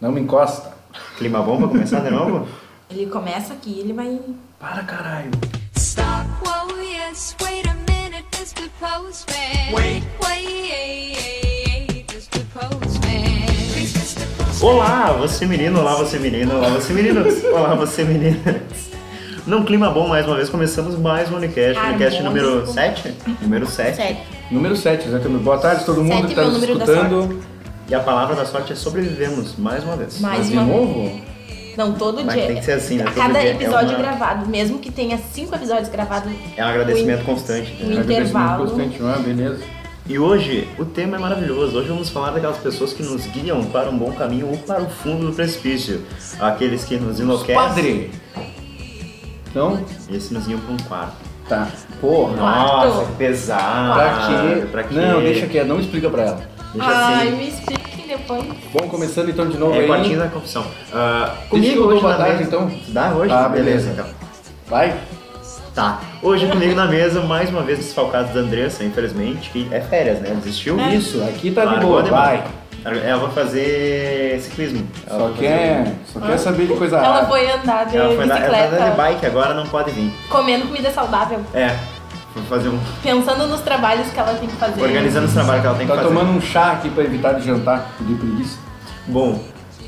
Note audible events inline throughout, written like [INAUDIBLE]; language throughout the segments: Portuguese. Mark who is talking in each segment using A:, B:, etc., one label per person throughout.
A: Não me encosta.
B: Clima bom pra começar de novo?
C: Ele começa aqui, ele vai.
A: Para, caralho.
D: Stop, whoa, yes, wait a minute, Mr. Postman. Wait, wait, Mr. Postman. Please, Mr. Postman.
B: Olá, você menino, olá você menino, olá você meninas, olá você menina. Num clima bom mais uma vez, começamos mais um Unicast,
C: Ah,
B: Unicast
C: Harmônico.
B: número 7? Número 7.
C: Sério.
A: Número 7, exatamente. Boa tarde todo mundo
C: Sete
A: que tá
C: é o
A: nos
C: número da
A: escutando.
B: E a palavra da sorte é sobrevivemos, mais uma vez.
C: Mais
A: Mas de
C: uma
A: novo?
C: Não, todo
B: Mas
C: dia.
B: tem que ser assim, né?
C: A
B: Todo
C: cada
B: dia é
C: episódio
B: uma-
C: gravado, mesmo que tenha cinco episódios gravados.
B: É um agradecimento constante,
C: O
B: né?
C: intervalo.
A: Constante, ah, beleza.
B: E hoje o tema é maravilhoso. Hoje vamos falar daquelas pessoas que nos guiam para um bom caminho ou para o fundo do precipício. Aqueles que nos enlouquecem.
A: Padre. Então,
B: Esse nos guiam para um quarto.
A: tá. Porra.
C: Quarto.
B: Nossa, que pesado.
A: Pra quê?
B: Ah, Pra quê?
A: Não, deixa que não explica pra ela.
B: Deixa
C: Ai,
B: assim.
C: me expliquem depois.
A: Bom, começando então de novo
B: É
A: aí.
B: quartinho da confissão. Ah,
A: Deixa eu
B: comigo
A: dar
B: hoje
A: boa
B: na
A: tarde,
B: mesa.
A: então.
B: Tu Dá hoje?
A: Tá,
B: beleza.
A: beleza.
B: então.
A: Vai.
B: Tá. Hoje comigo na mesa, mais uma vez desfalcados da Andressa, infelizmente, que é férias, né? Desistiu.
C: É.
A: Isso, aqui tá de
B: Largou
A: boa,
B: demais.
A: vai.
B: Ela vai fazer ciclismo. Ela
A: Só é
B: vai
A: quer,
B: fazer- um-
A: só quer saber de coisa
C: Ela
A: rara.
C: foi andar de
B: Tá. Ela foi na, ela tá
C: bicicleta,
B: de bike, agora não pode vir.
C: comendo comida saudável,
B: É, foi fazer um.
C: pensando nos trabalhos que ela tem que fazer.
B: Organizando os trabalhos que ela tem que
A: Tá
B: fazer.
A: tomando um chá aqui pra evitar de jantar de preguiça.
B: Bom,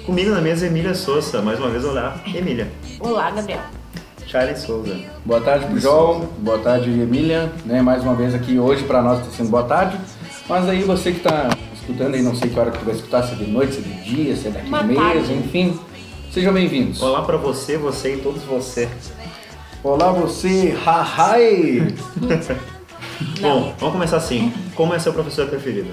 B: comigo na mesa é Emília Souza, mais uma vez olá, Emília.
C: Olá, Gabriel.
B: Charles Souza.
A: Boa tarde, Pujol. Boa tarde, Emília. Né, mais uma vez aqui hoje para nós está sendo boa tarde. Mas aí você que está escutando aí, não sei que hora que tu vai escutar, se é de noite, se é de dia, se é daqui
C: Uma
A: a mês,
C: tarde.
A: enfim. Sejam bem-vindos.
B: Olá pra você, você e todos você.
A: Olá você, hahai!
B: Bom, vamos começar assim. Como é seu professor preferido?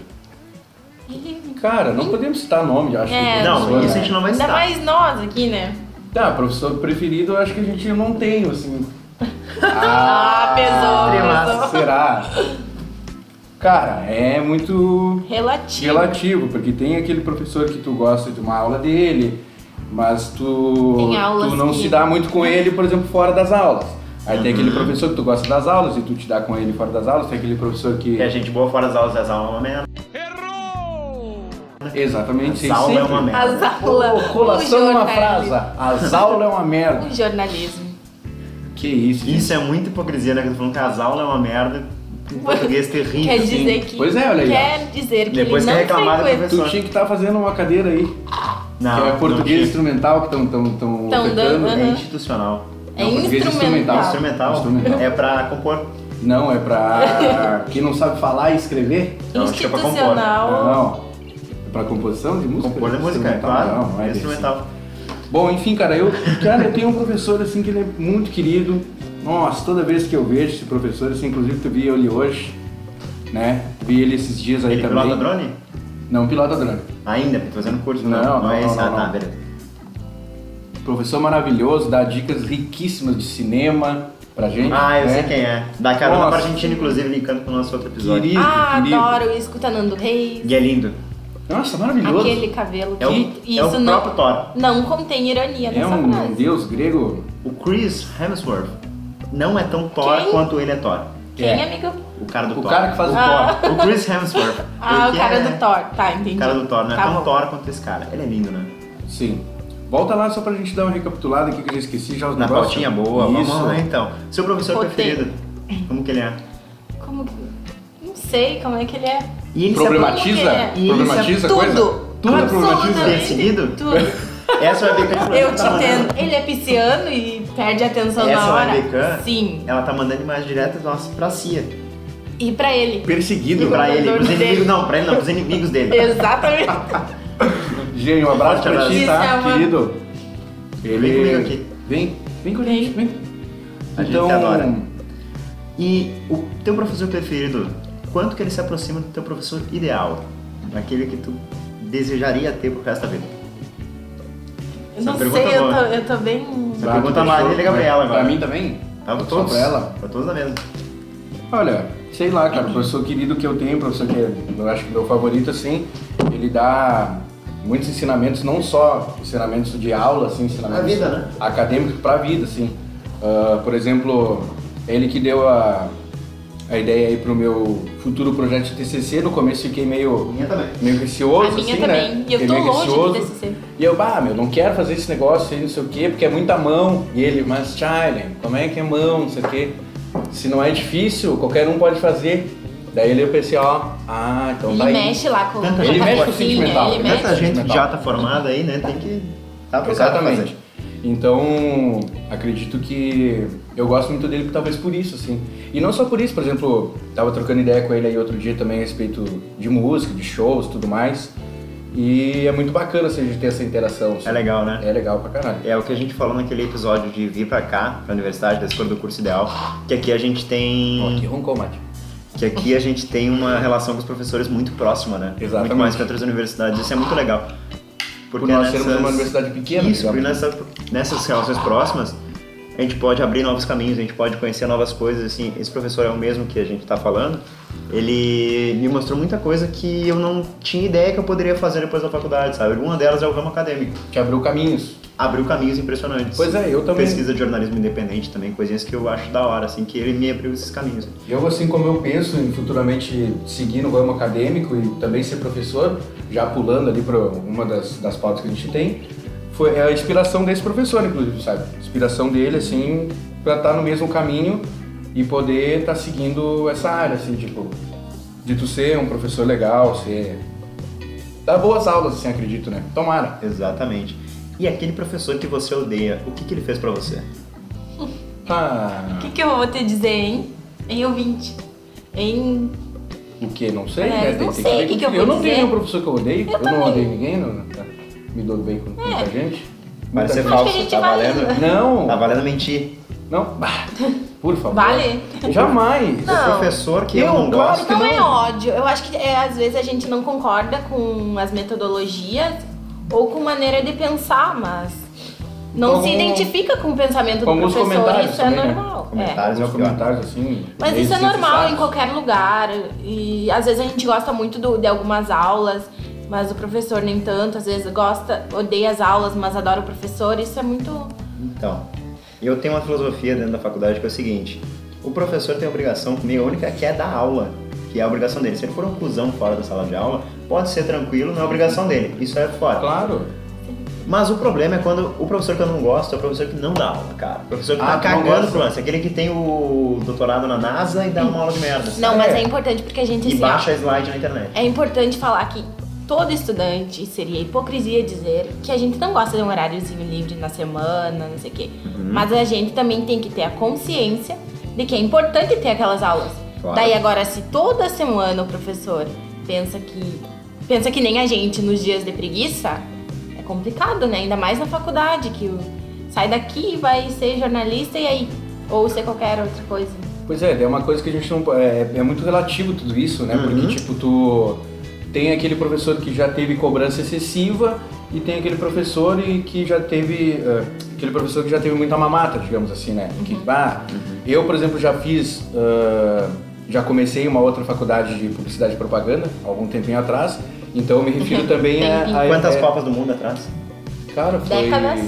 C: Ele-
A: Cara, não podemos citar nome, eu acho.
C: É,
A: do
B: não,
A: professor,
B: isso a
A: né?
B: gente não vai
C: Ainda
B: citar.
C: mais nós aqui, né?
A: Tá, professor preferido, eu acho que a gente não tem, assim.
C: [LAUGHS] Ah, pesou,
B: tremaço.
C: pesou.
A: Será? Cara, é muito
C: Relativo.
A: relativo, porque tem aquele professor que tu gosta de uma aula dele, mas tu,
C: Tem aulas
A: tu não
C: que- Hum.
A: se dá muito com ele, por exemplo, fora das aulas. Aí tem aquele professor que tu gosta das aulas e tu te dá com ele fora das aulas, tem aquele professor que.
B: É gente boa fora das aulas, as aulas é uma merda.
A: Exatamente,
B: As aulas é uma merda.
C: As aulas.
A: Pô, colação
C: o
A: numa
C: jornalismo.
A: frase. As aulas é uma merda.
C: O jornalismo.
A: Que isso, gente.
B: Isso é muita hipocrisia, né? Que eu tô falando que as aulas é uma merda. Em português terrível.
C: Quer
B: assim.
C: dizer que.
A: Pois é, olha aí, ó.
C: Quer dizer que
B: Depois
C: ele
B: quer
C: não
B: reclamar do
C: frequenta.
B: professor.
A: Tu tinha que estar fazendo uma cadeira aí.
B: é Não,
A: que é português
B: não,
A: instrumental que estão tão, tão
C: Tão
A: ofertando.
C: dando,
B: é
C: né?
B: institucional.
C: É
A: Não, português
C: instrumental.
A: instrumental.
B: Instrumental,
A: Instrumental.
B: é pra compor.
A: Não, é pra quem não sabe falar e escrever.
B: Não, acho que é pra compor.
C: Institucional.
A: Não. É pra composição de música?
B: Compor é música, é
A: Instrumental?
B: claro.
A: Não, não é
B: é
A: desse.
B: instrumental.
A: Bom, enfim, cara, eu, cara, eu tenho um professor assim que ele é muito querido. Nossa, toda vez que eu vejo esse professor, assim, inclusive tu vi ele hoje, né? Vi ele esses dias aí
B: Ele
A: também.
B: pilota drone?
A: Não, pilota drone.
B: Ainda, porque tô fazendo curso.
A: Não,
B: não,
A: não,
B: é esse.
A: não,
B: ah,
A: não.
B: tá, beleza.
A: Professor maravilhoso, dá dicas riquíssimas de cinema pra gente.
B: Ah, eu
A: né?
B: sei quem é. Da carona pra
A: Nossa.
B: Argentina, inclusive, linkando com o nosso outro episódio.
A: Querido,
C: ah,
A: querido.
C: adoro. Escuta Nando Reis.
B: E é lindo.
A: Nossa, maravilhoso.
C: Aquele cabelo.
B: É o,
C: E
B: é
C: isso
B: o próprio
C: não,
B: Thor.
C: não contém ironia
A: É
C: nessa
A: um
C: frase.
A: deus grego.
B: O Chris Hemsworth não é tão Thor
C: Quem?
B: quanto ele é Thor.
C: Quem,
A: É.
C: amigo?
B: O cara do
A: O
B: Thor.
A: cara que faz o
C: Ah.
A: Thor.
B: O Chris Hemsworth.
C: [LAUGHS] Ah,
B: Ele
C: o cara
B: é-
C: do Thor. Tá, entendi.
B: O cara do Thor, não é
C: Tá
B: tão
C: bom.
B: Thor quanto esse cara. Ele é lindo, né?
A: Sim. Volta lá só pra gente dar uma recapitulada aqui que eu já esqueci já os
B: Na
A: negócios.
B: pautinha boa,
A: Isso.
B: vamos lá então. Seu professor
C: Roteiro.
B: preferido, como que ele é?
C: Como que... Não sei como é que ele é.
B: E ele se
A: Problematiza?
C: Como
B: que é?
A: Problematiza a
C: Tudo.
A: coisa? Tudo é problematiza?
B: né?
C: Absolutamente
B: Decidido?
C: Tudo.
B: apro- Essa é a Beckham.
C: Eu te entendo. Ele é pisciano e perde a atenção
B: Essa é
C: na
B: uma
C: hora.
B: decã?
C: Sim.
B: Ela tá mandando imagens diretas nossas pra Cia.
C: E pra ele.
A: Perseguido. né?
B: E pra ele,
C: Dor
B: pros
C: dele.
B: inimigos não, pra ele não, pros inimigos dele.
C: Exatamente.
A: Gênio, um abraço pra ti,
C: Isso
A: tá,
C: é uma-
A: querido?
B: Vem comigo aqui.
A: Vem, vem com a gente, vem.
B: A gente
A: então,
B: te adora. E o teu professor preferido, quanto que ele se aproxima do teu professor ideal? Aquele que tu desejaria ter pro resto da vida.
C: Eu
B: Essa
C: não
B: pergunta é
C: sei, eu
B: boa.
C: tô, eu tô bem.
B: Essa pergunta tá a Marília
A: deixou-
B: Gabriela agora.
A: Pra mim também?
B: Tá
A: Só
B: todos?
A: pra ela?
B: Tá todos na mesa.
A: Olha, sei lá, cara, o professor querido que eu tenho, o professor que é, eu acho que é meu favorito, assim, ele dá muitos ensinamentos, não só ensinamentos de aula, assim, ensinamentos
B: Pra vida, né?
A: acadêmicos pra vida, assim. Ah, por exemplo, ele que deu a, a a ideia aí pro meu futuro projeto de TCC. No começo fiquei meio,
B: Minha também.
A: meio receoso,
C: A minha
A: assim,
C: também.
A: né?
C: E eu
A: Fiquei
C: tô
A: meio
C: longe
A: receoso.
C: do TCC.
B: Então
A: E eu, bah, meu, não quero fazer esse negócio aí, não sei o quê, porque é muita mão. E ele, mas Charlie, como é que é mão, não sei o quê. Se não é difícil, qualquer um pode fazer. Daí ele, eu pensei, ó, ah, então tá
C: Ele
A: aí.
C: mexe lá com,
B: Tanta
C: com
B: gente
C: a
B: mexe com
A: o
C: cabecinha,
A: sentimental,
C: ele
A: né?
C: mexe.
B: Tanta gente que
A: mental.
B: já tá formada aí, né? Tem que tá preparado pra
A: Exatamente.
B: fazer.
A: Então, acredito que eu gosto muito dele talvez por isso, assim. E não só por isso, por exemplo, tava trocando ideia com ele aí outro dia também a respeito de música, de shows, tudo mais. E é muito bacana assim, a gente ter essa interação. assim.
B: É legal, né?
A: É legal pra caralho.
B: É o que a gente falou naquele episódio de vir pra cá, pra universidade, da escolha do curso ideal, que aqui a gente
A: Ó, aqui
B: tem.
A: roncou, Mate.
B: Que aqui a gente tem uma relação com os professores muito próxima, né?
A: Exatamente.
B: Muito mais que outras universidades, isso é muito legal.
A: Por nós sermos uma universidade pequena,
B: Isso, porque
A: digamos.
B: nessa- nessas relações próximas, a gente pode abrir novos caminhos, a gente pode conhecer novas coisas, assim, esse professor é o mesmo que a gente tá falando, ele me mostrou muita coisa que eu não tinha ideia que eu poderia fazer depois da faculdade, sabe? Uma delas é o ramo acadêmico,
A: que abriu caminhos.
B: abriu caminhos impressionantes.
A: Pois é, eu também.
B: Pesquisa de jornalismo independente também, coisinhas que eu acho da hora, assim, que ele me abriu esses caminhos.
A: Eu, assim como eu penso em futuramente seguir no ramo acadêmico e também ser professor, já pulando ali para uma das, das pautas que a gente tem, foi a inspiração desse professor, inclusive, sabe? Inspiração dele, assim, para estar no mesmo caminho e poder estar seguindo essa área, assim, tipo, de tu ser um professor legal, ser. dar boas aulas, assim, acredito, né? Tomara.
B: Exatamente. E aquele professor que você odeia, o que, que ele fez pra você?
A: Ah,
C: O que, que eu vou te dizer, hein? Em ouvinte. Em.
A: o que? Não sei,
C: É,
A: né?
C: não sei,
A: ver
C: o que que eu
A: eu, não
C: vou dizer?
A: tenho nenhum professor que eu odeio, eu, não
C: também. É.
A: odeio ninguém, não, tá? me dou bem com muita gente.
B: Vai
A: Muita
B: ser
A: gente.
C: Acho que a
B: falso,
C: gente
B: tá
C: vai
B: valendo?
C: indo.
A: Não,
B: Tá valendo mentir.
A: não, bah, por favor.
C: Vale?
A: Jamais.
C: Não.
B: professor que eu,
A: Eu,
B: não
A: claro
B: gosto.
A: que
C: Não é
A: não.
C: ódio. Eu acho que é, às vezes a gente não concorda com as metodologias ou com maneira de pensar, mas não
A: Como-
C: se identifica com o pensamento do
A: como os
C: professor.
A: comentários
C: Isso é
A: também, né?
C: normal. É.
B: Comentários é
A: Os
B: o pior.
A: comentários assim.
C: Mas
A: meio
C: isso é normal em
A: desnecessários.
C: qualquer lugar. E às vezes a gente gosta muito do- de algumas aulas, mas o professor nem tanto. Às vezes gosta, odeia as aulas, mas adora o professor. Isso é muito.
B: Então, eu tenho uma filosofia dentro da faculdade que é o seguinte: o professor tem a obrigação, minha única, que é dar aula, que é a obrigação dele. Se ele for um cuzão fora da sala de aula, pode ser tranquilo, não é obrigação dele. Isso é fora.
A: Claro.
B: Mas o problema é quando o professor que eu não gosto é o professor que não dá aula, cara. O professor que
A: Ah,
B: tá
A: tu não
B: cagando
A: gosta.
B: pro lance. Aquele que tem o doutorado na NASA e dá uma aula de merda.
C: Hum. Não,
B: sabe?
C: mas é importante porque a gente
B: E
C: assim, ó,
B: baixa slide na internet.
C: É importante falar que todo estudante seria hipocrisia dizer que a gente não gosta de um horáriozinho livre na semana, não sei o quê.
A: Uhum.
C: Mas a gente também tem que ter a consciência de que é importante ter aquelas aulas.
B: Claro.
C: Daí agora, se toda semana o professor pensa que pensa que nem a gente nos dias de preguiça, é complicado, né? Ainda mais na faculdade, que o- sai daqui e vai ser jornalista e aí ou ser qualquer outra coisa.
A: Pois é, é uma coisa que a gente não. É, é muito relativo tudo isso, né? Porque,
B: Uhum.
A: tipo, tu tem aquele professor que já teve cobrança excessiva e tem aquele professor e que já teve. eh, aquele professor que já teve muita mamata, digamos assim, né? Que, bah,
B: Uhum.
A: Eu, por exemplo, já fiz. ah, já comecei uma outra faculdade de publicidade e propaganda, algum tempinho atrás. Então eu me refiro também a. a
B: Quantas
A: é,
B: Copas do Mundo atrás?
A: Cara, foi.
C: Décadas.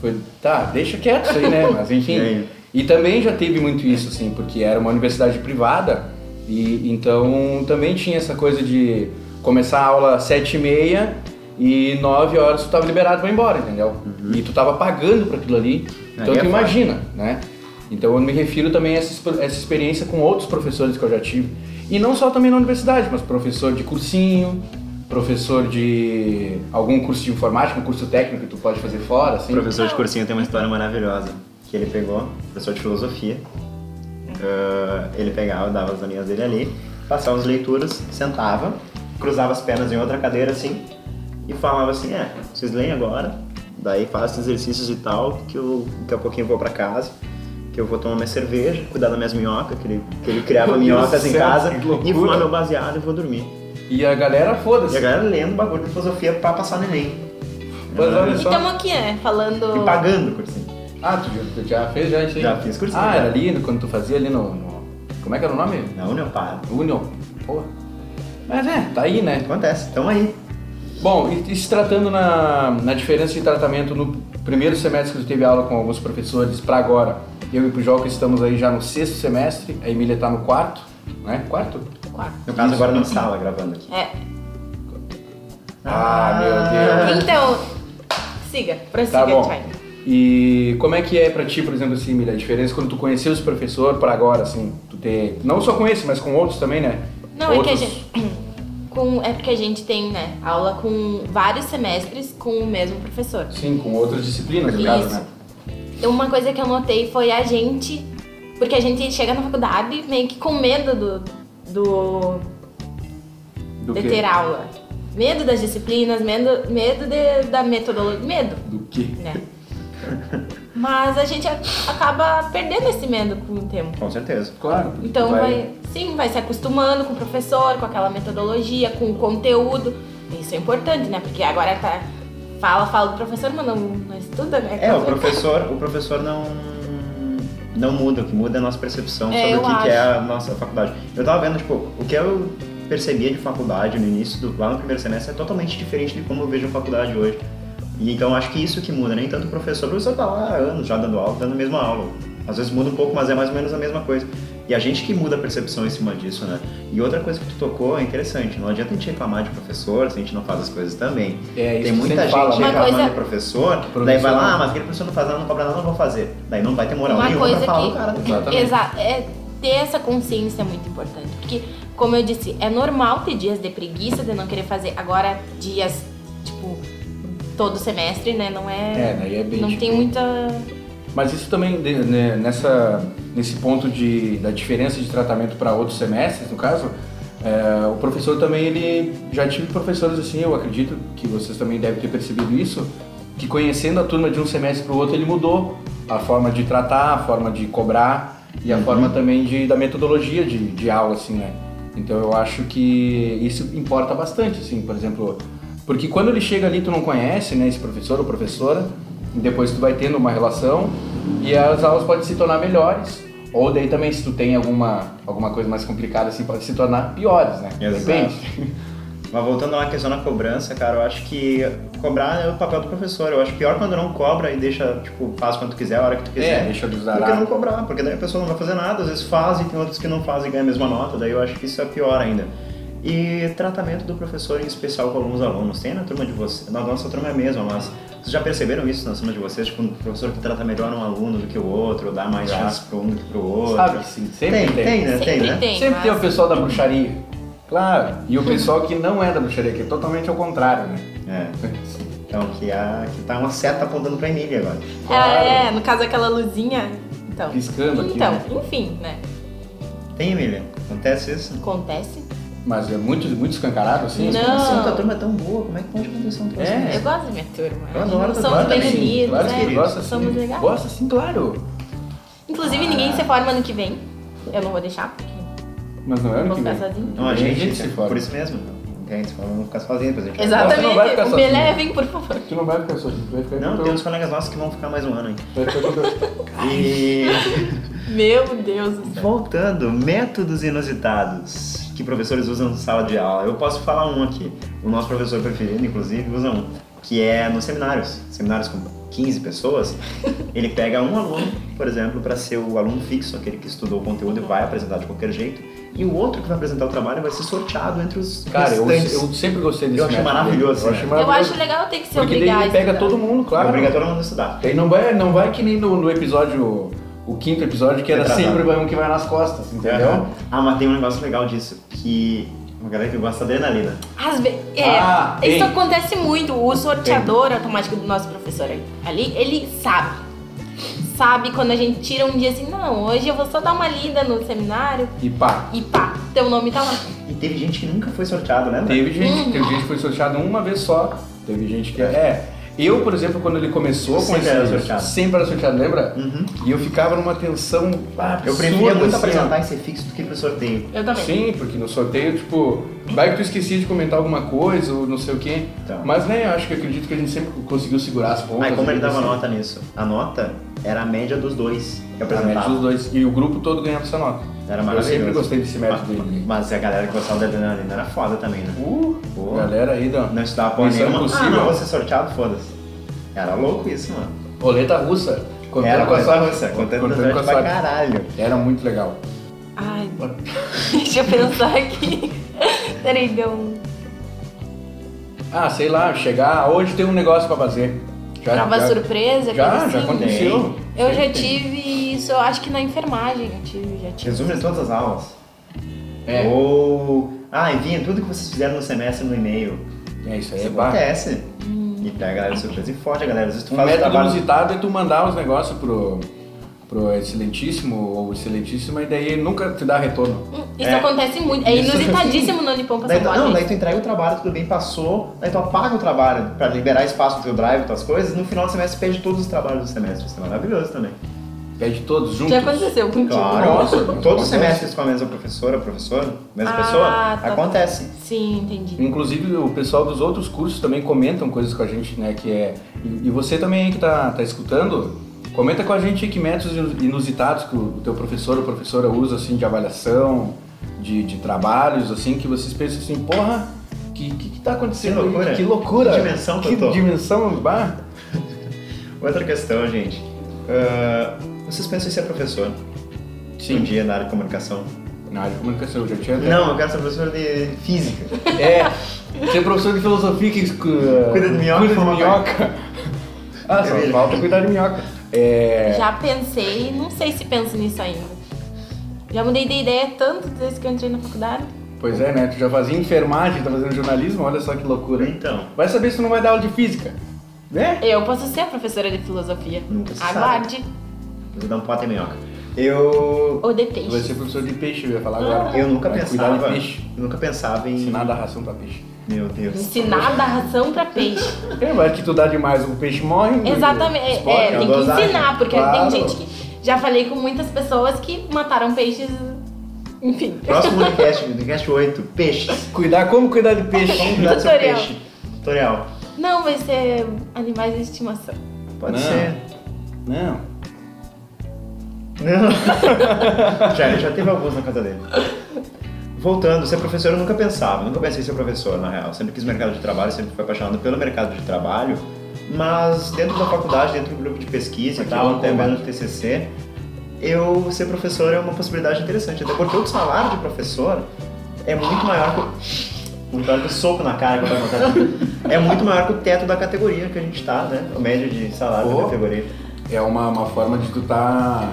A: Foi. Tá, deixa quieto isso aí, né? Mas enfim.
B: E aí?
A: E também já teve muito isso, assim, porque era uma universidade privada, e então também tinha essa coisa de começar a aula às sete e meia e nove horas tu tava liberado pra ir embora, entendeu? E tu tava pagando pra aquilo ali, então
B: Uhum. Aí é
A: tu
B: foda.
A: imagina, né? Então eu me refiro também a essa, exp- essa experiência com outros professores que eu já tive, e não só também na universidade, mas professor de cursinho, professor de algum curso de informática, um curso técnico que tu pode fazer fora, assim.
B: O professor de cursinho tem uma história maravilhosa que ele pegou, professor de filosofia. ah, ele pegava, dava as linhas dele ali, passava as leituras, sentava, cruzava as pernas em outra cadeira assim e falava assim: É, vocês leem agora, daí façam exercícios e tal, que eu daqui a pouquinho eu vou pra casa, que eu vou tomar minha cerveja, cuidar das minhas minhocas, que ele, que ele criava
A: Meu Deus
B: minhocas
A: do
B: em
A: céu,
B: casa,
A: que
B: e
A: loucura.
B: fumar meu baseado e vou dormir.
A: E a galera,
B: E a
A: foda-se.
B: galera lendo bagulho de filosofia pra passar no Enem. Ah,
A: Mas olha só.
C: Então aqui, né? Falando.
B: E pagando por cima.
A: Ah, tu já, tu já fez já isso aí?
B: Já fiz cursinho,
A: Ah,
B: já.
A: era ali, no- quando tu fazia ali no, no- Como é que era o nome?
B: Na União Pará.
A: Union. Porra. Mas é, tá aí, né?
B: Acontece, tamo aí.
A: Bom, e, e se tratando na, na diferença de tratamento no primeiro semestre que tu teve aula com alguns professores para agora, eu e o Pujoca estamos aí já no sexto semestre, a Emília tá no quarto, né? Quarto?
C: Quarto.
B: No caso, agora não sala gravando aqui.
C: É.
A: Ah, meu Deus.
C: Então, siga, prossiga,
A: Tá bom.
C: Charlie.
A: E como é que é pra ti, por exemplo, assim, Emília, a diferença quando tu conheceu os professores para agora, assim, tu ter, não só com esse, mas com outros também, né?
C: Não, é que a
A: Outros-
C: gente. [CLEARS THROAT] Com, é porque a gente tem, né, aula com vários semestres com o mesmo professor.
A: Sim, com outras disciplinas, no caso,
C: Isso.
A: né?
C: Uma coisa que eu notei foi a gente. Porque a gente chega na faculdade meio que com medo do. do
A: Do
C: de
A: quê?
C: ter aula. Medo das disciplinas, medo, medo de- da metodologia. Medo,
A: Do quê? [LAUGHS]
C: né? Mas a gente a- acaba perdendo esse medo com o tempo.
B: Com certeza.
A: Claro. porque
C: Então
A: tu é
C: vai, sim, vai se acostumando com o professor, com aquela metodologia, com o conteúdo. Isso é importante, né? Porque agora tá fala, fala do professor, mas não, não estuda, né?
B: É, o professor, o professor não não muda, o que muda é a nossa percepção sobre
C: É, eu
B: o que, que é
C: acho.
B: a nossa faculdade. Eu tava vendo, tipo, o que eu percebia de faculdade no início, do, lá no primeiro semestre, é totalmente diferente de como eu vejo a faculdade hoje. E então acho que isso que muda, nem tanto o professor, o professor tá lá há anos já dando aula, dando a mesma aula. Às vezes muda um pouco, mas é mais ou menos a mesma coisa. E a gente que muda a percepção em cima disso, né? E outra coisa que tu tocou é interessante, não adianta a gente reclamar de professor se a gente não faz as coisas também.
A: É, isso
B: Tem
A: que
B: muita
A: sempre
B: gente
A: fala, né?
C: Uma
B: reclamando
C: coisa-
B: de professor,
A: Professor
B: daí vai lá,
A: não.
B: ah, mas aquele professor não faz nada, não cobra nada, não vou fazer. Daí não vai ter moral
C: Uma
B: nenhuma pra
C: coisa
B: falar
C: que-
B: do cara. né?
A: Exatamente.
C: Exato. É, ter essa consciência é muito importante. Porque, como eu disse, é normal ter dias de preguiça, de não querer fazer. Agora, dias, tipo, todo semestre, né? Não é.
A: É, daí é bem
C: não
A: tipo-
C: tem muita.
A: Mas isso também, de- né, nessa, nesse ponto de, da diferença de tratamento para outros semestres, no caso, é, o professor também, ele já tive professores assim, eu acredito que vocês também devem ter percebido isso, que conhecendo a turma de um semestre para o outro, ele mudou a forma de tratar, a forma de cobrar e a forma também de, da metodologia de, de aula, assim, né? Então eu acho que isso importa bastante, assim, por exemplo, porque quando ele chega ali, tu não conhece, né, esse professor ou professora, e depois tu vai tendo uma relação e as aulas podem se tornar melhores. Ou daí também, se tu tem alguma, alguma coisa mais complicada, assim, pode se tornar piores, né?
B: Exato.
A: Depende.
B: Mas voltando lá à questão da cobrança, cara, eu acho que cobrar é o papel do professor. Eu acho pior quando não cobra e deixa, tipo, faz quando tu quiser, a hora que tu
A: É,
B: quiser.
A: deixa eu
B: do que não
A: usar.
B: cobrar, porque daí a pessoa não vai fazer nada, às vezes faz e tem outros que não fazem e ganha a mesma nota, daí eu acho que isso é pior ainda. E tratamento do professor em especial com alguns alunos, tem na turma de vocês, na nossa turma é a mesma, mas vocês já perceberam isso na turma de vocês, tipo, um professor que trata melhor um aluno do que o outro, dá mais
A: Já.
B: chances para um do que pro outro.
A: Sabe que sim, sempre
B: Tem,
A: tem.
B: tem, né?
C: Sempre
B: tem, né?
C: tem.
A: Sempre tem
C: mas-
A: o pessoal da bruxaria. Claro. E o pessoal que não é da bruxaria, que é totalmente ao contrário, né? [LAUGHS]
B: É. Então, que, a, que tá uma seta apontando pra Emília agora.
A: Claro.
C: É, é, no caso aquela luzinha. Então.
A: Piscando aqui,
C: Então,
A: né?
C: enfim, né?
B: Tem, Emília? Acontece isso?
C: Acontece.
A: Mas é muito, muito escancarado, assim.
C: Não.
B: Nossa, a tua turma é tão boa, como é que pode acontecer um troço
A: É.
B: desse?
C: Eu gosto da minha turma.
B: Eu adoro,
C: Somos
B: adoro
C: bem
B: também.
A: sim,
C: unidos,
A: claro
C: né?
A: que ele gosta sim.
C: Somos legais.
A: Gosta sim, claro.
C: Inclusive, ninguém se forma ano que vem. Eu não vou deixar, porque
A: Mas não é ano
C: vou
A: que
C: ficar
A: vem.
C: sozinho.
B: Não, a
A: Tem
B: gente,
A: gente se forma.
B: por isso mesmo. Entende? Pra não ficar sozinho, depois a gente vai
A: Você não vai
C: Exatamente.
A: ficar
C: O
A: sozinho.
C: Belé, vem, por favor.
A: Tu não vai ficar sozinho, tu vai ficar
B: embora. Não,
A: com
B: tem
A: teu-
B: uns colegas nossos que vão ficar mais um ano aí.
A: vai ficar com teu-
B: E
C: Meu Deus do céu.
B: voltando, métodos inusitados que professores usam na sala de aula. Eu posso falar um aqui. O nosso professor preferido, inclusive, usa um, que é nos seminários. Seminários com 15 pessoas, ele pega um aluno, por exemplo, para ser o aluno fixo, aquele que estudou o conteúdo e vai apresentar de qualquer jeito, e o outro que vai apresentar o trabalho vai ser sorteado entre os
A: Cara, eu,
B: restantes.
A: eu sempre gostei desse
B: Eu acho
A: método.
B: maravilhoso,
A: Eu
B: né?
A: acho
C: Eu
A: maravilhoso.
C: acho legal ter que se
A: Porque daí
C: obrigar.
A: ele
C: a
A: pega
C: estudar.
A: todo mundo,
B: É
A: claro.
B: obrigatório não estudar.
A: Daí não vai, não vai que nem no, no episódio, o quinto episódio, que era
B: Retrasado.
A: sempre um que vai nas costas, entendeu?
B: Ah, mas tem um negócio legal disso, que uma galera que gosta de adrenalina.
C: Às ve- é,
A: Ah,
C: isso
A: bem.
C: acontece muito. O sorteador automático do nosso professor ali, ele sabe. Sabe quando a gente tira um dia assim, não, hoje eu vou só dar uma lida no seminário
A: E pá,
C: e pá, teu nome tá lá.
B: E teve gente que nunca foi sorteado, né?
A: Teve gente, teve gente que foi sorteado uma vez só. Teve gente que. É. Eu, por exemplo, quando ele começou com
B: Sempre
A: esse-
B: era sorteado.
A: Sempre era sorteado, lembra?
B: Uhum.
A: E eu ficava numa tensão. absurda,
B: Eu preferia muito
A: assim,
B: apresentar e ser fixo do que ir pro sorteio.
C: Eu
A: ó.
C: também.
A: Sim, porque no sorteio, tipo, vai que tu esquecia de comentar alguma coisa ou não sei o quê.
B: Então.
A: Mas né, eu acho que eu acredito que a gente sempre conseguiu segurar as pontas.
B: Aí como ele
A: ali,
B: dava
A: assim.
B: nota nisso? A nota era a média dos dois que
A: A média
B: apresentavam.
A: dos dois. E o grupo todo ganhava essa nota.
B: Era
A: Eu
B: maravilhoso.
A: sempre gostei desse método
B: Mas-
A: dele.
B: Mas a galera que gostava da adrenalina era foda também, né?
A: Uh,
B: Pô.
A: galera aí da
B: Não estudava porra
A: Missão
B: nenhuma. Ah,
A: Impossível.
B: não, vou ser sorteado, foda-se. Era louco isso, mano.
A: roleta russa. Contando
B: era
A: com a sorte.
B: russa, contando com a
A: Contando
B: sorte
A: com a
B: pra
A: sorte.
B: caralho.
A: Era muito legal.
C: Ai, [LAUGHS] deixa eu pensar aqui. Peraí, deu um.
A: Ah, sei lá, chegar hoje tem um negócio pra fazer. Já,
C: Prova
A: já,
C: surpresa,
A: Já,
C: coisa
A: já
C: assim.
A: aconteceu.
C: Eu já
A: Sempre tem.
C: tive isso, eu acho que na enfermagem eu tive, já tive.
B: Resumo de todas as aulas.
A: É.
B: Ou. Ah, enviem tudo que vocês fizeram no semestre no e-mail.
A: É isso aí,
B: Isso
A: é barra.
B: acontece.
C: Hum.
B: E pega a galera de surpresa e foge a galera. Às vezes tu
A: Um
B: faz o
A: método
B: trabalho.
A: inusitado é tu mandar os negócios pro, pro excelentíssimo ou excelentíssima e daí nunca te dá retorno.
C: Hum, Isso
B: É.
C: acontece muito. É
A: Isso-
C: inusitadíssimo no Nipom
B: Daí tu,
C: Passaporte.
B: não, daí tu entrega o trabalho, tudo bem, passou, daí tu apaga o trabalho pra liberar espaço pro teu drive, tuas coisas, e no final do semestre tu pede todos os trabalhos do semestre. Isso é maravilhoso também.
A: Pede todos juntos.
C: Já aconteceu contigo?
B: Claro,
A: Nossa,
B: todos os
A: acontece.
B: semestres com a mesma professora, professor, mesma
C: Ah,
B: pessoa,
C: tá.
B: acontece.
C: Sim, entendi.
A: Inclusive o pessoal dos outros cursos também comentam coisas com a gente, né? Que é. E, e você também aí que tá, tá escutando, comenta com a gente que métodos inu- inusitados que o, o teu professor ou professora usa assim de avaliação, de, de trabalhos, assim, que vocês pensam assim, porra, que, que, que tá acontecendo?
B: Que loucura.
A: aí? Que loucura!
B: Que dimensão que
A: que
B: eu tô."
A: dimensão, bah!
B: Outra questão, gente. Ah, vocês pensam em ser professor? Um dia na área de comunicação?
A: Na área de comunicação, eu já tinha.
B: Não, eu quero ser professor de física.
A: É, ser professor de filosofia que escu-
B: Cuida de minhoca,
A: Cuida de
B: toma
A: minhoca. Ah, só
B: Beleza.
A: falta cuidar de minhoca. É.
C: Já pensei, não sei se penso nisso ainda. Já mudei de ideia tanto desde que eu entrei na faculdade.
A: Pois é, né? Tu já fazia enfermagem, tá fazendo jornalismo, olha só que loucura.
B: Então,
A: Vai saber se tu não vai dar aula de física, né?
C: Eu posso ser a professora de filosofia.
B: Nunca se
C: Aguarde.
B: vou dar um pato em minhoca. Eu.
C: Ou de
A: Tu vai ser
C: peixe.
A: professor de peixe, eu ia falar agora.
B: Eu nunca
A: vai
B: pensava.
A: Cuidar de peixe.
B: Eu nunca pensava em.
A: Ensinar a dar ração pra peixe.
B: Meu Deus.
C: Ensinar da ração pra peixe.
A: É, mas que tu dá demais, o peixe morre.
C: Exatamente.
A: explode.
B: é
C: É, tem que
B: uma dosagem.
C: ensinar, porque
A: Claro.
C: tem gente que. Já falei com muitas pessoas que mataram peixes. Enfim.
B: Próximo podcast, podcast 8, peixes.
A: Cuidar, como cuidar de peixe?
B: Vamos cuidar do seu
C: Tutorial.
B: peixe. Tutorial.
C: Não vai ser animais de estimação.
B: Pode
A: Não.
B: ser.
A: não.
B: Não. [LAUGHS] já, já teve alguns na casa dele. Voltando, ser professor eu nunca pensava, nunca pensei em ser professor, na real. Sempre quis mercado de trabalho, sempre fui apaixonado pelo mercado de trabalho, mas dentro da faculdade, dentro do grupo de pesquisa e
A: Aqui é
B: tal,
A: um
B: até mesmo
A: combate.
B: do TCC, eu ser professor é uma possibilidade interessante, até porque o salário de professor é muito maior que o... Muito maior que o soco na cara que eu
A: [LAUGHS]
B: vou botar. É muito maior que o teto da categoria que a gente tá, né? O médio de salário
A: Oh.
B: da categoria.
A: É uma, uma forma de tu tá.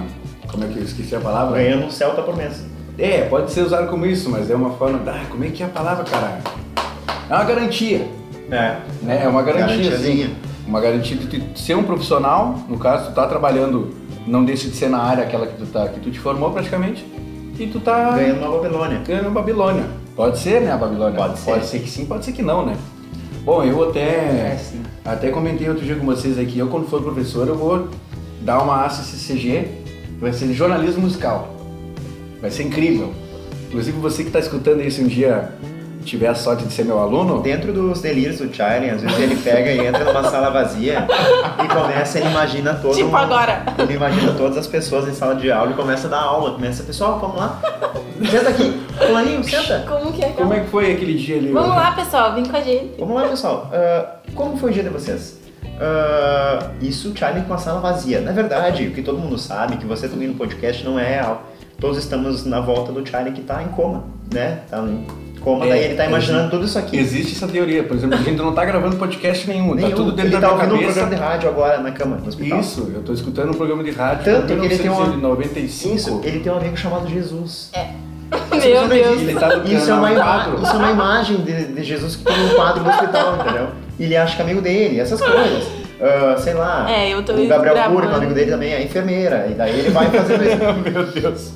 A: Como é que eu esqueci a palavra?
B: Ganhando um celta por mês.
A: É, pode ser usado como isso, mas é uma forma. Ah, como é que é a palavra, caralho? É uma garantia.
B: É.
A: né? É uma garantia,
B: Garantiazinha.
A: assim. Uma garantia de tu ser um profissional, no caso, tu tá trabalhando, não deixa de ser na área aquela que tu, tá, que tu te formou praticamente, e tu tá
B: ganhando uma Babilônia.
A: ganhando Babilônia. Pode ser, né, a Babilônia?
B: Pode ser.
A: que sim, pode ser que não, né? Bom, eu até,
B: É, sim.
A: até comentei outro dia com vocês aqui, eu quando for professor, eu vou dar uma ACCCG, que vai ser jornalismo musical. Vai ser incrível. Inclusive, você que tá escutando isso um dia, tiver a sorte de ser meu aluno,
B: Dentro dos delírios do Charlie, às vezes ele pega e entra numa sala vazia e começa, ele imagina todo
C: Tipo
B: mundo-
C: agora.
B: Ele imagina todas as pessoas em sala de aula e começa a dar aula. Começa, pessoal, vamos lá. Senta aqui. Fulaninho, senta.
C: Como que é?
A: Como é que foi aquele dia ali?
C: Vamos lá, pessoal, vem com a gente.
B: Vamos lá, pessoal. Ah, como foi o dia de vocês? Ah, isso, Charlie, com a sala vazia. Na verdade, o que todo mundo sabe, que você também no podcast não é real. Todos estamos na volta do Charlie que tá em coma, né? Tá em coma,
A: É,
B: daí ele tá
A: é,
B: imaginando tudo isso aqui.
A: Existe essa teoria, por exemplo, a gente não tá gravando podcast nenhum,
B: Nenhum.
A: tá tudo dentro
B: ele
A: da
B: tá
A: minha
B: ouvindo um programa de
A: cabeça.
B: rádio agora na cama, no hospital.
A: Isso, eu tô escutando um programa de rádio
B: Tanto
A: de
B: que ele tem uma-
A: 1995.
B: Isso, ele tem um amigo chamado Jesus.
C: É.
B: é
C: Meu Deus.
A: Ele tá no
B: Isso é, uma
A: canal
B: ima-
A: quatro.
B: isso é uma imagem de, de Jesus que tem um quadro no hospital,
C: [LAUGHS]
B: entendeu? E ele acha que é amigo dele, essas coisas. Ah, sei lá,
C: É, eu tô
B: o Gabriel
C: gravando.
B: Cury, que é amigo dele também, é enfermeira. E daí ele vai fazendo isso.
A: [LAUGHS] Meu Deus.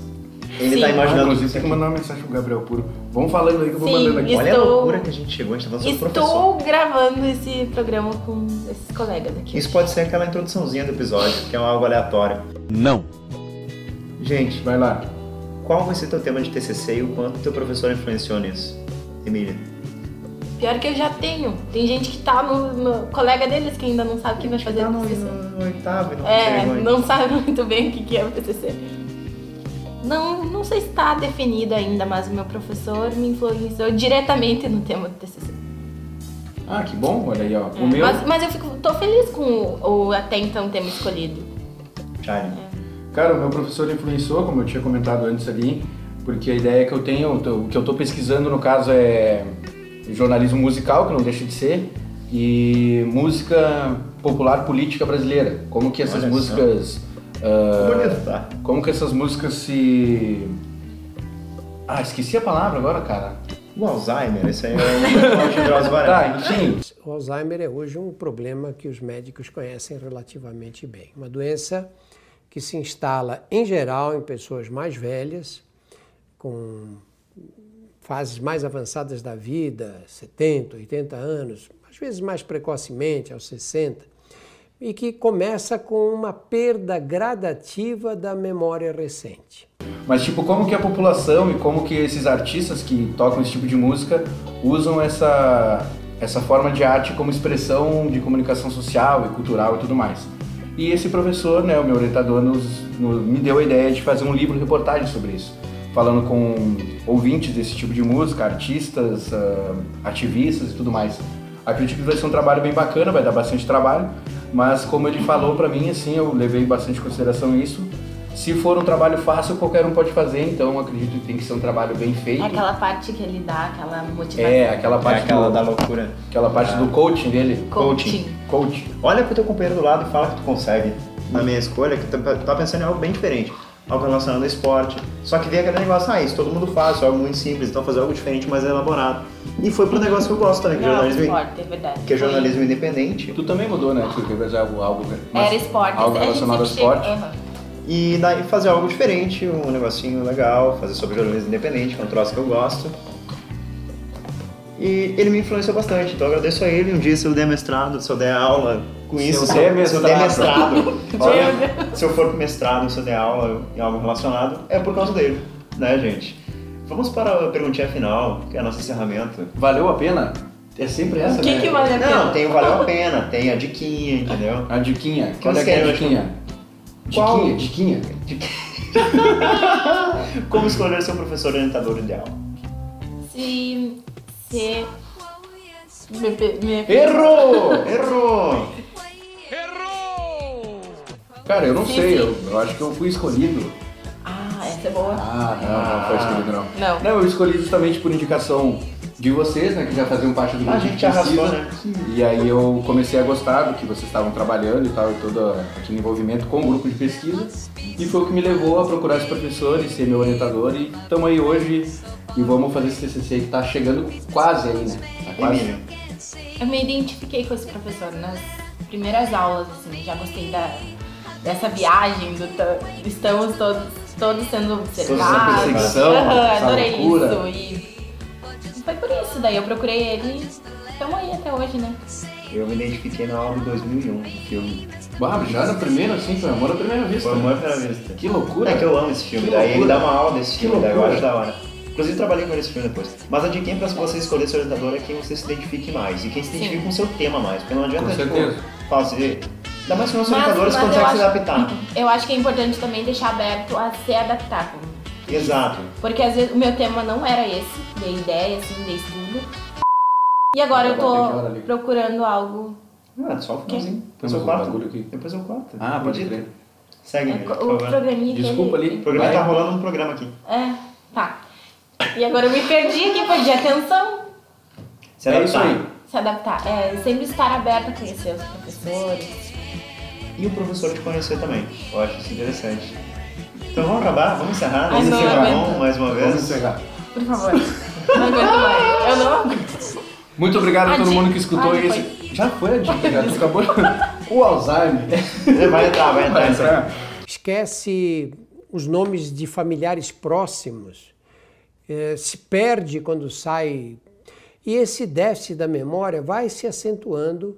B: Ele
C: Sim.
B: tá
A: Ah,
B: imaginando
A: inclusive
B: isso
A: tem que
B: aqui.
A: mandar uma mensagem pro Gabriel Puro. Vamos falando aí que eu vou
C: Sim,
A: mandando aqui.
C: isso-
B: Olha a
C: Estou-
B: loucura que a gente chegou, a gente tá falando sobre professor.
C: Estou gravando esse programa com esses colegas aqui.
B: Isso pode ser aquela introduçãozinha do episódio, que é algo aleatório.
A: Não.
B: Gente,
A: Vai lá.
B: qual vai ser teu tema de TCC e o quanto teu professor influenciou nisso? Emília.
C: Pior que eu já tenho. Tem gente que tá no, no- colega deles que ainda não sabe o que vai fazer
B: Tá no,
C: PCC.
B: no oitavo e não
C: É,
B: consegue ainda.
C: não sabe muito bem o que que é o PCC. Não, não sei se está definido ainda, mas o meu professor me influenciou diretamente no tema do TCC.
A: Ah, que bom, olha aí, ó. O meu.
C: É, Mas, mas eu fico, tô feliz com o, o até então tema escolhido.
B: Charlie.
A: Cara, o meu professor influenciou, como eu tinha comentado antes ali, porque a ideia que eu tenho, o que eu tô pesquisando no caso é jornalismo musical, que não deixa de ser, e música popular política brasileira. Como que essas
B: Olha só.
A: músicas. ah,
B: Bonito, tá?
A: como que essas músicas se. Ah, esqueci a palavra agora, cara.
B: O Alzheimer, esse aí é o Drauzio
A: Tá,
B: Varela.
A: enfim.
E: O Alzheimer é hoje um problema que os médicos conhecem relativamente bem. Uma doença que se instala, em geral, em pessoas mais velhas, com fases mais avançadas da vida, 70, 80 anos, às vezes mais precocemente, aos 60, e que começa com uma perda gradativa da memória recente.
A: Mas tipo, como que a população e como que esses artistas que tocam esse tipo de música usam essa, essa forma de arte como expressão de comunicação social e cultural e tudo mais. E esse professor, né, o meu orientador, nos, no- me deu a ideia de fazer um livro reportagem sobre isso, falando com ouvintes desse tipo de música, artistas, ah, ativistas e tudo mais. Acredito que vai ser um trabalho bem bacana, vai dar bastante trabalho, mas como ele falou pra mim, assim, eu levei bastante em consideração isso. Se for um trabalho fácil, qualquer um pode fazer, então eu acredito que tem que ser um trabalho bem feito.
C: Aquela parte que ele dá, aquela motivação.
A: É, aquela
B: É
A: parte,
B: aquela
A: do,
B: da É. loucura.
A: aquela parte do coaching dele.
C: Coaching.
A: Coach.
B: Olha pro teu companheiro do lado e fala que tu consegue. A minha escolha, que tu tá pensando em algo bem diferente. Algo relacionado ao esporte. Só que veio aquele negócio, ah, isso todo mundo faz, é algo muito simples, então fazer algo diferente, mais elaborado. E foi pro negócio que eu gosto também, que é
C: Não,
B: jornalismo,
C: esporte, é verdade.
B: que é
C: Foi-
B: jornalismo independente.
A: Tu também mudou, né? Tu fez algo, algo mas
C: Era esporte.
A: Algo
C: a gente
A: relacionado ao
C: sempre
A: esporte.
C: chega- Aham.
B: E daí fazer algo diferente, um negocinho legal, fazer sobre jornalismo independente, que é um troço que eu gosto. E ele me influenciou bastante, então eu agradeço a ele. Um dia se eu der mestrado, se eu der aula com
A: Se
B: isso,
A: eu
B: se eu,
A: der
B: se eu der
A: mestrado. [LAUGHS]
B: mestrado, olha, se eu for pro mestrado, se eu der aula em algo relacionado, é por causa dele, né, gente? Vamos para a perguntinha final, que é a nossa encerramento.
A: Valeu a pena? É sempre essa,
C: O que,
A: né?
C: que vale a pena?
B: Não, tem o valeu a pena, tem a diquinha, entendeu?
A: A diquinha.
B: Que
A: Qual é
B: você
A: que é a
B: quer,
A: diquinha?
B: Qual?
A: Diquinha, diquinha.
B: Como escolher seu professor orientador ideal?
C: Se. Se.
D: Oh, yes.
C: Me, me-
A: Errou!
B: Errou!
A: Cara, eu não
C: Sim,
A: sei,
C: sim.
A: eu, eu acho que eu fui escolhido.
C: Ah, essa é boa.
A: Ah, não, não foi escolhido não.
C: Não.
A: eu escolhi justamente por indicação de vocês, né, que já faziam parte do grupo
B: A
A: de
B: gente arrasou,
A: pesquisa.
B: né?
A: E aí eu comecei a gostar do que vocês estavam trabalhando e tal, e todo aquele envolvimento com o grupo de pesquisa. E foi o que me levou a procurar esse professor e ser meu orientador. E estamos aí hoje e vamos fazer esse TCC que está chegando quase aí, né? Tá quase.
B: Emílio.
C: Eu me identifiquei com esse professor nas primeiras aulas, assim, já gostei da, dessa viagem, do to- estamos todos, todos sendo observados.
A: perseguição,
C: Aham,
A: essa
C: adorei
A: loucura.
C: isso. E foi por isso, daí eu procurei ele e estamos aí até hoje, né?
B: Eu me identifiquei na aula de 2001, do filme.
A: Bah, já no primeiro, assim, foi amor à primeira vista.
B: Foi amor à primeira vista.
A: Que loucura.
B: É que eu amo esse filme,
A: Que
B: daí ele
A: loucura.
B: dá uma aula desse
A: Que
B: filme, daí eu
A: loucura.
B: acho da hora. Inclusive trabalhei com ele esse filme depois. Mas a de quem pra você escolher seu orientador é quem você se identifique mais. E quem se identifique
C: Sim.
B: com o seu tema mais. Porque não adianta,
A: Com
B: tipo,
A: certeza.
B: fazer... Ainda mais que nossos
C: Mas-
B: orientadores
C: mas eu
B: conseguem se
C: acho-
B: adaptar.
C: [LAUGHS] Eu acho que é importante também deixar aberto a se adaptar. como-
B: [LAUGHS] Exato.
C: Porque às vezes o meu tema não era esse, de ideia, assim, de estudo. E agora
A: Agora
C: eu
A: tem que hora ali.
C: tô procurando algo.
B: Ah, só o finalzinho. Depois
A: Temos
B: eu
A: um
B: corto.
A: bagulho aqui.
B: Depois eu corto.
A: Ah, pode
B: Acredita?
A: crer.
B: Segue, Emílio,
C: é, O
B: por favor.
C: programinha que
A: Desculpa
C: ele-
A: ali.
B: O programa
A: vai.
B: tá rolando um programa aqui.
C: É, tá. E agora eu me perdi aqui, perdi a atenção.
B: Se
A: É isso
B: adaptar.
A: aí.
C: Se adaptar. É, sempre estar aberto a conhecer os professores.
B: e o professor te conhecer também. Eu acho isso interessante. Então vamos acabar, vamos encerrar,
C: Ai,
B: vamos
C: não,
B: encerrar
C: eu aguento.
B: bom, mais uma
A: Vamos
B: vez. [LAUGHS]
A: encerrar.
C: Por favor. Não aguento mais. Eu não aguento.
A: Muito obrigado a,
C: A
A: todo
C: dica.
A: mundo que escutou
C: Ah, já
A: esse. Já foi a dica, cara.
C: [LAUGHS]
A: Tu acabou. o Alzheimer.
B: É, Vai entrar, Ah, vai entrar. isso aí.
E: esquece os nomes de familiares próximos, eh, se perde quando sai. E esse déficit da memória vai se acentuando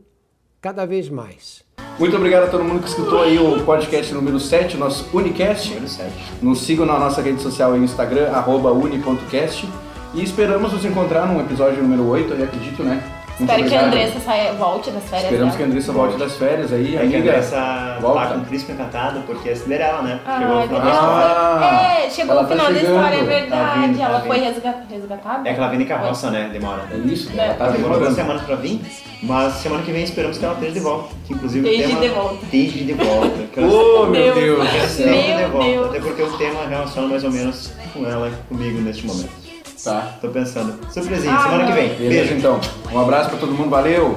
E: cada vez mais.
A: Muito obrigado a todo mundo que escutou aí o podcast número 7, nosso Unicast.
B: Número 7.
A: Nos sigam na nossa rede social aí no Instagram, arroba uni.cast. E esperamos nos encontrar num episódio número 8, eu acredito, né?
C: Espero que a
A: obrigado.
C: Andressa saia, volte das férias
A: Esperamos que a
C: dela.
A: Andressa volte das férias aí,
B: É que a
A: amiga.
B: Andressa
A: volta.
B: tá com o príncipe encantado porque é Cinderela, né?
C: Ah,
B: Chegou no final da
C: legal.
B: história.
A: Ah,
C: é, chegou
A: ela
C: o
A: tá
C: final da
A: chegando.
C: história, é
A: Tá
C: verdade.
B: vindo, tá
C: ela foi
B: vindo.
C: resga- resgatada.
B: É que ela vem em carroça, né? Demora.
A: É isso, ela tá
B: Demorou
A: demorando.
B: duas semanas pra vir, mas semana que vem esperamos que ela esteja de volta. Que inclusive
C: Esteja
B: o tema...
C: de volta.
B: Esteja
A: [LAUGHS]
B: de volta. Que ela
A: Ô,
C: Meu
A: meu Deus do
B: esteja
A: céu.
B: de
C: Meu
B: volta.
C: Deus.
B: Até porque o tema relaciona mais ou menos com ela e comigo neste momento.
A: Tá.
B: Tô pensando. Surpresinha,
C: Ah,
B: semana que
C: não.
B: vem.
A: Beleza,
B: Beijo.
A: então. Um abraço pra todo mundo, valeu!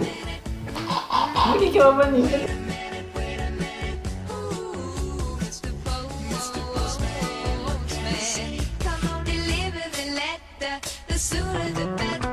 C: Por que que eu abanei?
D: Mr. Postman, come on, deliver the letter. The sooner the better.